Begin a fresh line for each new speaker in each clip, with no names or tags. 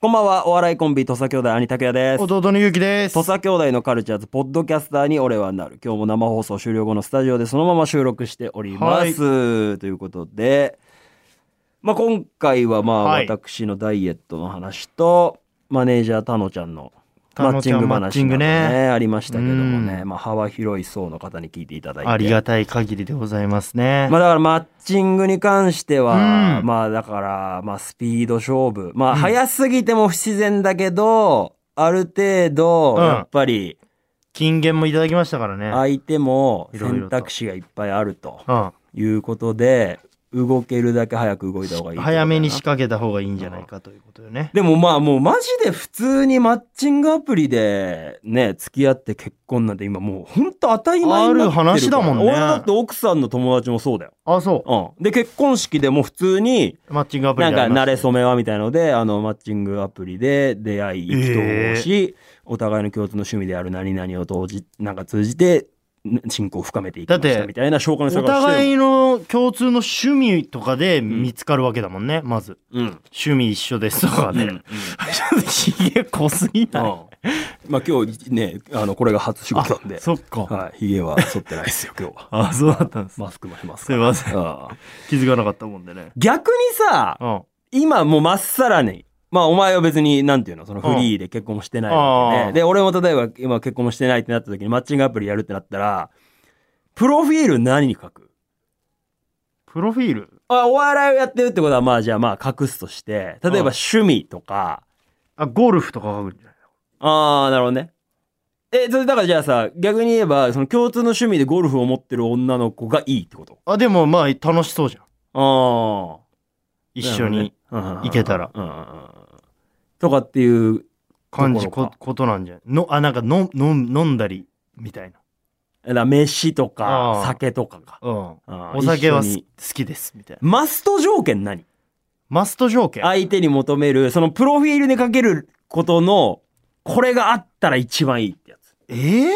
こんばんは、お笑いコンビ、土佐兄弟、兄拓也です。
弟のゆうきです
土佐兄弟のカルチャーズ、ポッドキャスターに俺はなる。今日も生放送終了後のスタジオでそのまま収録しております。ということで、まあ、今回はまあ、
はい
私のダイエットの話と、マネージャー、たのちゃんのマ
た
ッ
の
チ
ちゃ
ン
ん
グ
マッチ
話
ン
な
グ
ど
ね
ね、ありましたけどもね、
うん
まあ、幅広い層の方に聞いていただいて。
ありがたい限りでございますね、
まあだからマッチングに関しては、
うん
まあだから、まあスピード勝負。まあ早すぎても不自然だけど、ある程度、
うん
やっぱり
金言もいただきましたからね
相手も
いろいろ
選
と
択肢がいっぱいあると
うん
いうことで、動けるだけ早く動いた方がいい。
早めに仕。掛けた方がいいんじゃないかということよね
でもまあもうマジで普通にマッチングアプリでね、付き合って結婚なんて今もう本当当たり前になってるから
ある話だもんね
俺だって奥さんの友達もそうだよ。
あそ
うん。で結婚式でも普通に
うマッチングアプ
な
リ
ん
で
か
あり
慣
ま
れ
した
初めはみたいのであのマッチングアプリで出会い意気投合し、お互いの共通の趣味である何々を通じなんか通じてん親交を深めていきまし
だったて
みたいな紹介の
お
人がして
互
る
いの共通の趣味とかで見つかるわけだもんね、まず
もんうん
趣味一緒ですとかで、
うんう
ち
ん
ょっとひげ濃すぎない、
まあ今日ねあのこれが初仕事なんで
そっか、
はいひげは剃ってないですよ今日は
あそうだったんで す、
マスクもします
す
か
い
ら
ません
うん
気づかなかったもんでね
逆にさ
うん
今もうまっさらにまあお前は別になんていうのそのフリーで結婚もしてないわけ
う
で
ん
で俺も例えば今結婚もしてないってなった時にマッチングアプリやるってなったらプロフィール何に書く
プロフィール
あお笑いをやってるってことはまあじゃあまあ隠すとして例えば
うん
趣味とか
あゴルフとか書くんじゃない
ああなるほどねえそれだからじゃあさ逆に言えばその共通の趣味でゴルフを持ってる女の子がいいってこと
あでもまあ楽しそうじゃん
ああ
一緒に
行
行けたら
とかっていう
感じ
ところ
こ
か
ことなんじゃないのあなんかのの飲んだりみたいな、
だから飯とか
あー
酒とかか。
うん、
お
お酒は
好
す
き
好きですみたいな
マスト条件何
マスト条件
相手に求める、そのプロフィールにかけることの、これがあったら一番いいってやつ。
えー、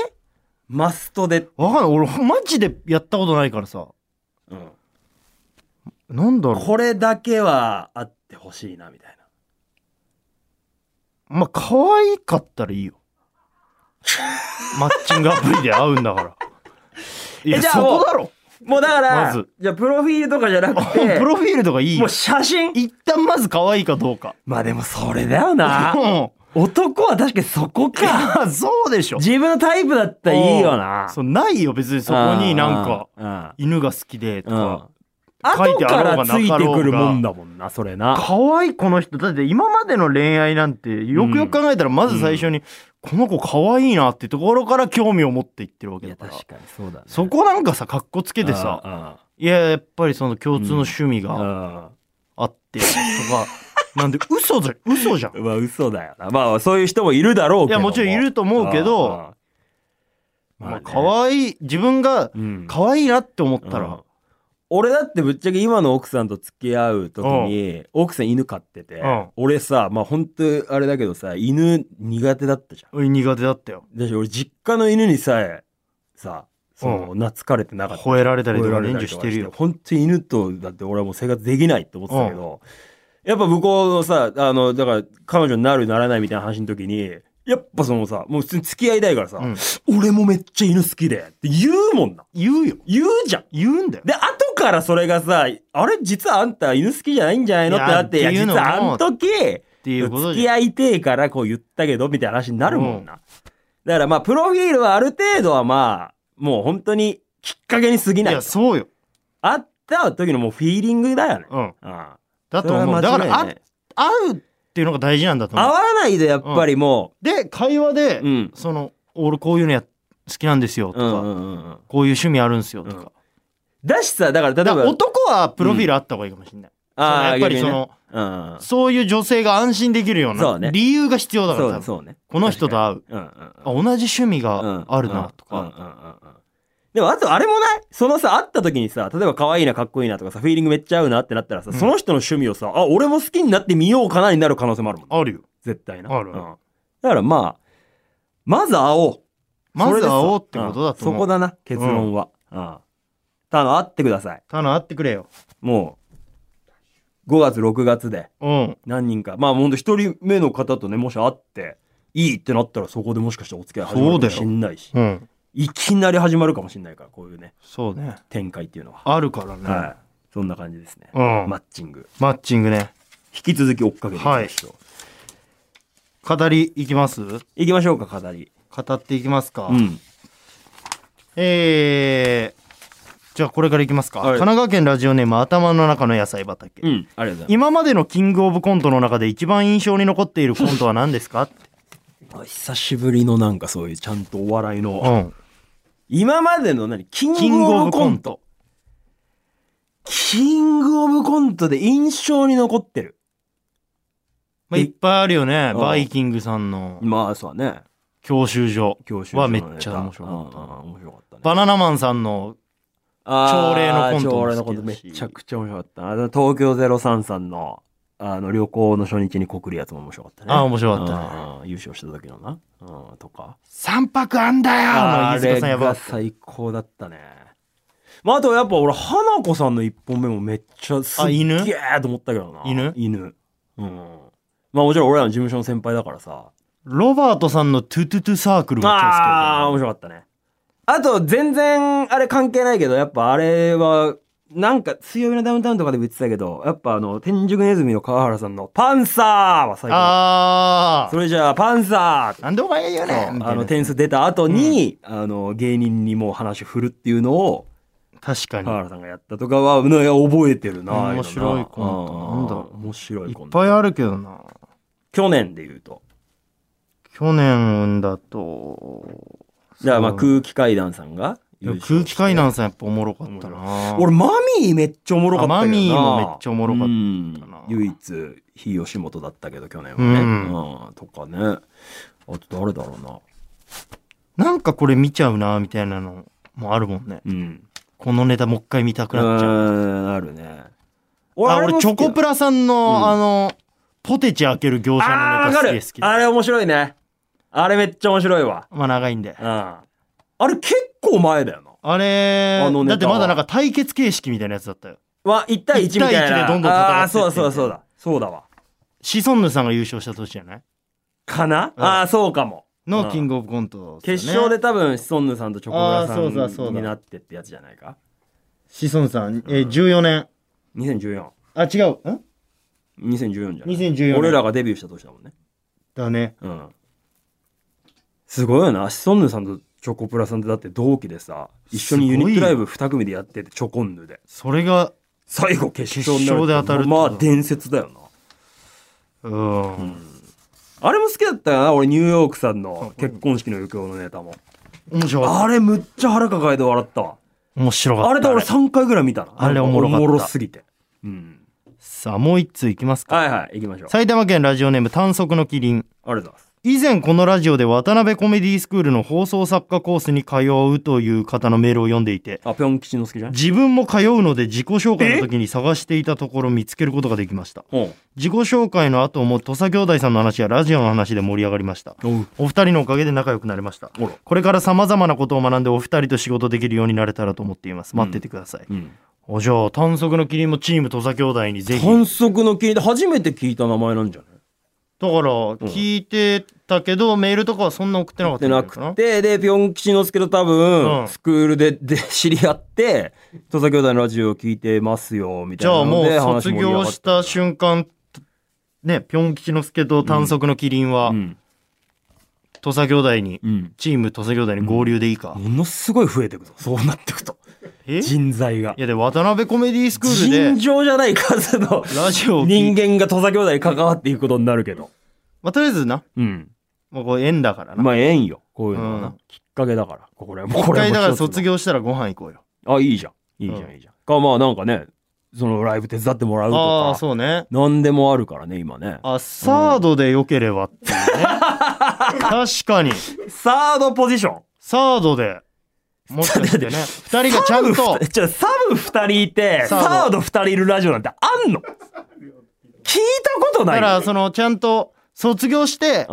マストで。
わかんない俺マジでやったことないからさ
うん
なんだろう
これだけはあってほしいな、みたいな。
まあ可愛かったらい いよマッチングアプリで会うんだからい
え
や
じゃあ
そ
もう
こだろ
もうだから、
まず
じゃあプロフィールとかじゃなくて、
プロフィールとかいい
も
よ
う写真
一旦まず可愛いかどうか
まあでもそれだよな。男は確かにそこか。
うんそうでしょ
自分のタイプだったらいいよな。
そうないよ別にそこになんか
うん、うん
犬が好きでとか、
後
書いてあ
か
ろう
ら
が
つ
なかろう
い
が
てくるもんだもんな、それな。
可愛いこの人だって今までの恋愛なんてよくよく考えたらまず最初に、この子可愛いなってところから興味を持っていってるわけ
いや、
だから
確かにそうだね。
そこなんかさかっこつけてさ
さ、
いややっぱりその共通の趣
う
味
ん。
が
ま
あってとか、なんで嘘じゃ嘘じゃん
あ、嘘だよな。まあ、そういう人もいるだろうけど。
いやもちろんいると思うけど、
うん、
まあ、
ね
可愛い自分が
うん
可愛いなって思ったら、
うん俺だってぶっちゃけ今の奥さんと付き合う時に、奥さん犬飼ってて
うん、
俺さ、まあ本当あれだけどさ、犬苦手だったじゃん。
俺苦手だったよ
だし俺実家の犬にさえ、さ、その、懐かれてなかった。
吠えられたりと
吠
か
えられ
伝
たり
授
とか
してるよ
本当に犬とだって俺はもう生活できないって思ってたけど、やっぱ向こうのさ、あの、だから彼女になるならないみたいな話の時に、やっぱそのさ、もう普通に付き合いたいからさ、
うん
俺もめっちゃ犬好きでって言うもんな。
言うよ
言うじゃん。
言うんだよ
で、後からそれがさ、あれ実はあんた犬好きじゃないんじゃないのっ
いや
てなって、いや、
っていう
実
のも
はあの時、
っていうこと
付
じ
き
ゃん
合いてえからこう言ったけど、みたいな話になるもんな。だからまあ、プロフィールはある程度はまあ、もう本当にきっかけに過ぎ
い
ない
や。そうよ
会った時のもうフィーリングだよね。
うん
うん。
だと思う
それ
だ
は間
か
違い
ら
ない
あ会うっていうのが大事なんだと
会
思う
わないでやっぱりも
で会話で、
う、うん。
その俺こういうのや好きなんですよ
う
とか、
んうんうんうん。
こういう趣味あるんですよとか,、
うんだしさ、だから例
だ
え
から
ば、
男はプロフィールあった方がいいかもしれない、そのやっぱりその、
あー
そういう女性が安心できるよう
そう
な
ね
理由が必要だ
逆
か
にねうんうん。そう
ら、多
ね、そ
分
うね。
この人と会う
うんうん
あ同じ趣味
うん。
があるなとか、
うんうんうんうん。でもあとあれもないそのさ、会った時にさ、例えば可愛いな、かっこいいなとかさ、フィーリングめっちゃ合うなってなったらさ、
うん
その人の趣味をさ、あ、俺も好きになってみようかなになる可能性もあるもん。
あるよ
絶対な。
ある
うんだからまあ、まず会おう。
まず
それで
会
さ
おうってことだと
んそ
思、
うこだな、結論は。うん。ただ、会ってください。
ただ会ってくれよ
も5月6月で
うん。
何人かまあほんと一人目の方とねもし会っていいってなったらそこでもしかしたらお付き合い始まるかもしんないし
うん。
いきなり始まるかもしんないからこういうね
そうね。
展開っていうのは、
あるからね。
はいそんな感じですね、
うん。
マッチング
マッチングね。
引き続き追っかけていきましょう、
語りいきます
い、きましょうか語り
語っていきますか。
うん
えー、じゃあこれからいきますか。
はい
神奈川県ラジオネーム頭の中の野菜畑。
うんありがとうございます
今までのキングオブコントの中で一番印象に残っているコントは何で すか
あ久しぶりのなんかそういうちゃんとお笑いの、
うん。
今までの何キン
キン
グ
グ
オ
オ
ブ
ブ
コ
コ
ン
ン
ト
ト。
キングオブコントで印象に残ってる
まあ、いっぱいあるよね。
うん
バイキングさんの
まあそうだね
教習所。
教習
はめっちゃ面白かった
うんうん面白かったね
バナナマンさんの、
あー
朝礼のコントも
朝礼のコント
好き
め
だし
ちゃくちゃ面白かったなあの東京03さんのあの旅行の初日に告るやつも面白かったね
ああ、面白かったね。
うんうん優勝した時のな、うん、とか
三泊あんだよ
あ
の飯
れ
塚さんやばか
が
った。
最高だったね。まあ、あとやっぱ俺、花子さんの一本目もめっちゃすっ
あ
げ
犬
ーと思ったけどな。
犬
犬。うん。まあもちろん俺らの事務所の先輩だからさ。
ロバートさんのトゥトゥトゥサークルも超好きだ
ああー、面
っ
白かったね。あと、全然、あれ関係ないけど、やっぱあれは、なんか、水曜日のダウンタウンとかでも言ってたけど、やっぱあの、天竺ネズミの川原さんのパンサーは
た
最
ね。
高。
あ
それじゃあ、パンサー
あ。なんでお前が言うねんみたいな
あの、点数出た後に、あの、芸人にもう話振るっていうのを、
確かに。
河原さんがやったとかは、のいや覚えてるな。
面白いコント
ああ
なんだろう
面白
い
い
っ
コント。
ぱいあるけどな。
去年で言うと。
去年だと。
じゃあまあ
そう
空気階段さんが優勝
空気階段さんやっぱおもろかったな。
俺、マミーめっちゃおもろかったけどな。
あマミーもめっちゃおもろかったな
うん唯一、非吉本だったけど、去年はね。
うん
うんとかね。あと誰だろうな。
なんかこれ見ちゃうな、みたいなのもあるもんね。
うん。
このネタもう一回見たくなっちゃう。
うんあるね。
あ俺、チョコプ
ラ
ラさん
う
の、
ん
あの、ポテチ開ける業者
あ
の
ー、わ
ネ
か
タ好
る
き好き。。
あれ面白いね。あれめっちゃ面白いわ。
まあ長いんで
う。ん。あれ結構前だよな。
あれ
あのネタ
だ
は
ってまだなんか対決形式みたいなやつだったよ。
は1対1みたいな。
1対1でどんどん戦ってって
ああ、そうだそうだそうだ。そうだわ。
シソンヌさんが優勝した年じゃない
かな、
うん
ああ、そうかも。う
の
ん
キングオブコントすよね、
決勝で多分、シソンヌさんとチョコ
あーそう
プラ
だ
さ
そ
ん
うだ
になってってやつじゃないか。
シソンヌさん、えー、14年。
2014。
あ、違う。ん
2014じゃない
?2014 年。
俺らがデビューした年だもんね。
だね。
うん。すごいよな。シソンヌさんとチョコプラさんってだって同期でさ、一緒にユニットライブ2組でやってて、チョコンヌで。
それが、
最後決勝になるって
決勝で当たるって
ま
こ
あ
とだ
伝説だよな。
うん。
あれも好きだったよな。俺、ニューヨークさんの結婚式の余興のネタも。
面白かっ
あれむっちゃ腹抱えて笑ったわ。
た。面白かった。
あれだ俺3回ぐらい見たな。
あれおもろかった
おもろすぎて。うん。
さあ、もう一通いきますか。
はいはい、行きましょう。
埼玉県ラジオネーム短足のキリン。
ありがとうございます。
以前このラジオで渡辺コメディスクールの放送作家コースに通うという方のメールを読んでいて、
あ、ぴょん吉之助じゃない
自分も通うので自己紹介の時に探していたところ見つけることができました。
ほ
自己紹介の後も土佐兄弟さんの話やラジオの話で盛り上がりました。
う。おう。
お二人のおかげで仲良くなりました。
ほら。
これから様々なことを学んでお二人と仕事できるようになれたらと思っています。待っててください。
うん。
おじゃあ、短足のキリンもチーム土佐兄弟にぜひ。だか
反則の霧で初めて聞いた名前なんじゃない
ら、聞いてたけど、メールとかはそんな送ってなか
っ
った
て
んじゃ
ない
か
くて、で、ぴょん吉之助と多分、
うん
スクールでで 知り合って、土佐兄弟のラジオ聞いてますよ、みた
じ
い
ゃ
な
あ
の
も
で。
う
話
卒
盛り上が
業
って
した瞬間、ね、ぴょん吉之助と短足のキリンは
う、ん。
土佐兄弟に、
うん。
チーム土佐兄弟に合流でいいか。
ものすごい増えてくぞ。そうなってくと。
えい
人材が。
やで、渡辺コメディスクール
尋
で、
常じゃない数の
ラジオを聞い
人間が土佐兄弟に関わっていくことになるけど。
まあ、とりあえずな、
うん。
もうこれ縁だからな。
まあ、ええんよ。こういうのはな。
うん
きっかけだから。これも、
一
これも一つ
回
の
だから卒。業したらご飯行こうよ。
あ、いいじゃん。いいじゃん、
うん
いいじゃん。か、まあ、なんかね、そのライブ手伝ってもらうと
ああー、
か、
そうね。
なんでもあるからね、今ね。
あ、サードで良ければっていうね。確かに。
サードポジション。
サードで、もしかしてね、二人がちゃ
サブ
んと
ふ、ちょサブ2人いて、
サード
サード2人いるラジオなんてあんの聞いたことな
だ
い
か
よ
ら、その、ちゃんと、卒業して、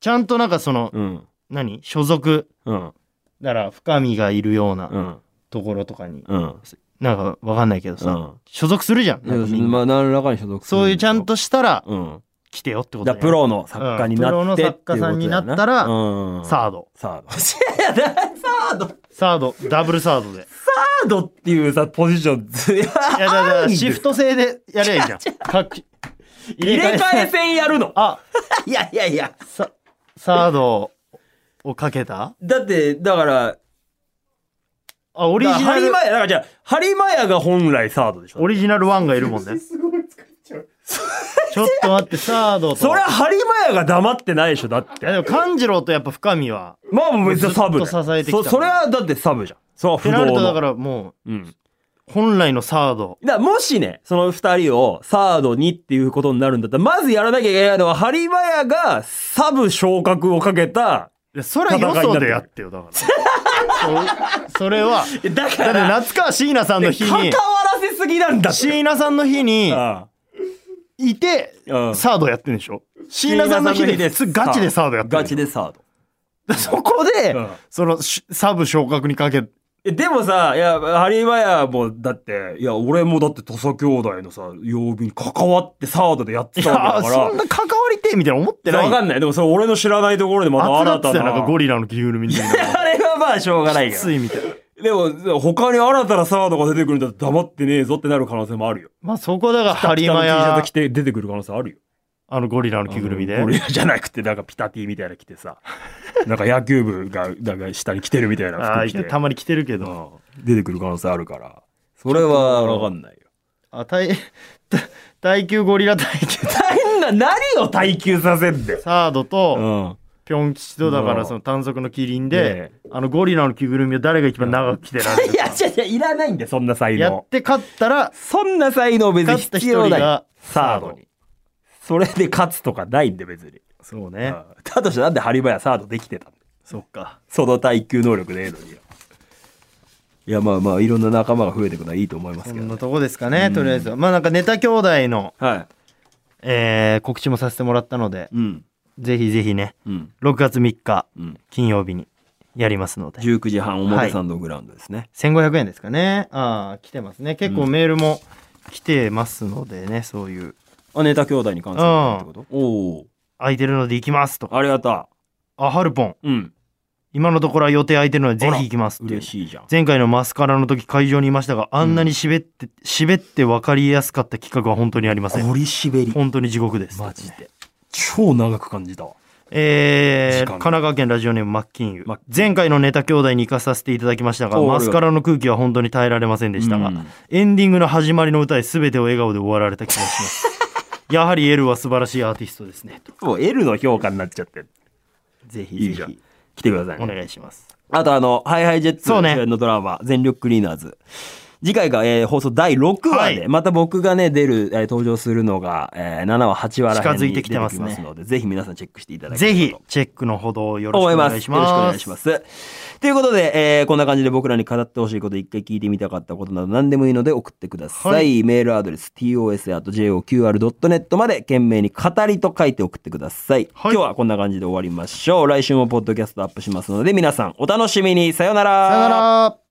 ちゃんとなんかその、
うん。うん。
何所属。
うん。
だから、深みがいるよう
う。
なんところとかに、
うん。
なんかわかんないけどさ、
うん
所属するじゃんなんかみんな
まあ何らかに所属する
そういうちゃんとしたら
うん
来てよってこ
だ
と
か
だ
ら
よ
プロの作家になってっていうこと
うんプロの作家さんになったら
うん
サード
サードいやだからサードサ
サードダブルサードで
ードっていうさポジションずいや
いやだか
あるん
ら
です
シフト制でやりゃいいじゃん各入
入れ替え戦やるの
あ
いやいやいや
さサードをかけた
だってだから
あオ
オ
リジナ
ハリ
ル
マヤだからじゃあハリマヤが本来サードでしょ
オリジナルワンがいるもんねちょっと待ってサードと
そりゃハリマヤが黙ってないでしょだっ
い
て
やでも勘次郎とやっぱ深見は
まあもう別にサブだよ
ずっと支えてきた
そそれはだってサブじゃんそれは
っ
不
て
動
なると
の
だからも
うん
う本来のサード
だからもしね、その二人をサードにっていうことになるんだったら、まずやらなきゃいけないのは、ハリマヤがサブ昇格をかけた、
いやそれはよそでやってよだ からそそれは
だか
だって
ら、
夏川椎名さんの日
関わ
に
らせすぎなんだって。
椎名さんの日に
あ
いて
あうん
サードやってんでしょ椎名さんの日で
椎名さんの日
ガチでサードやって
ガチ
で
でサード。
そこで、
うん
そのしサブ昇格にかけ
えでもさ、いや、ハリマヤも、だって、いや、俺もだって土佐兄弟のさ、曜日に関わってサードでやって
い
たわ
や
けだから
そん。な関わりてえみたいな思って
いや
ない
わかんない。でもそれ俺の知らないところでまた
熱
新
々
た
だよなん
な
か。ゴリラの着ぐるみみたいな
あれはまあしょうがないけど。
熱いみたいな
でも、他に新たなサードが出てくるんだったら黙ってねえぞってなる可能性もあるよ。
まあそこだから ハ
ピ
リ
タの
マ
T シャツ
ヤ
着て出てくる可能性あるよ。
あのゴリラの着ぐるみで
俺じゃなくて、なんかピタ T みたいなの着て さ、なんか野球部が、なんか下に着てるみたいな
あ
服
あい
着
や
て、
たまに着てるけど
うん出てくる可能性あるから。それはわかんないよ。
あ耐耐久ゴリラ耐久
変な、何を耐久させんだよ。
サードと
ん。
ピョン吉とだか
うん
らその短足のキリンであのゴリラの着ぐるみを誰が一番長く着てられる
いや、違う違う、いらないんだよ、そんな才
やっ
能。
て勝ったら
そんな才能別に
勝った一
必要
人
ない。
が
サードに。それで勝つとかないんで、別に。
そうね
うんだとしたらなんでハリマヤサードできてたんだよ
そっか
その耐久能力でええのによいやまあまあいろんな仲間が増えてくのはいいと思います
そ
けど
ん
ね、
なとこですかねとりあえずはまあなんかネタ兄弟の
は
えー告知もさせてもらったので
いうん
ぜひぜひね
うん
6月3日
うん
金曜日にやりますので
19時半表参道グラウンドですね、
1500円ですかねああ来てますね結構メールも来てますのでねそういう
あネタ兄弟に関するってことおお
空いてるので行きますとか
ありがた
あハルポン
いうん
今のところは予定空いてるのでぜひ行きますっていう
嬉しいじゃん
前回のマスカラの時会場にいましたがあんなにしべって、しべって分かりやすかった企画は本当にありません
ゴリしべり
本当に地獄です
マジで超長く感じたわ
え
時間が
ー、神奈川県ラジオネームマッキンユ
マッキンユ
前回のネタ兄弟に行かさせていただきましたが
おう
マスカラの空気は本当に耐えられませんでしたが、
うん
エンディングの始まりの歌で全てを笑顔で終わられた気がします やはりエルは素晴らしいアーティストですねと
もう L の評価になっちゃってる
ぜひ
いいじ
ぜ
ゃん
ひ
来てくださいね
お願いします
あとあの、ハイハイジェッツ
そうね
主演のドラマ、全力クリーナーズ。次回が、えー放送第6話で、
はい
また僕がね、出る、えー登場するのが、えー7話、8話ら辺に
近づいてきてますね
出きので、ぜひ皆さんチェックしていただきたい
ぜ
と
ひチェックのほどよろしく
思い
お
ま
願い
す。
し
よろしくお願
ま
いし
す
ます。ということで、えーこんな感じで僕らに語ってほしいこと、一回聞いてみたかったことなど何でもいいので送ってください。
は
メールアドレス、tosa.joqr.net まで、懸命に語りと書いて送ってください。
はい
今日はこんな感じで終わりましょう。来週もポッドキャストアップしますので、皆さんお楽しみに。さようなら。
さよなら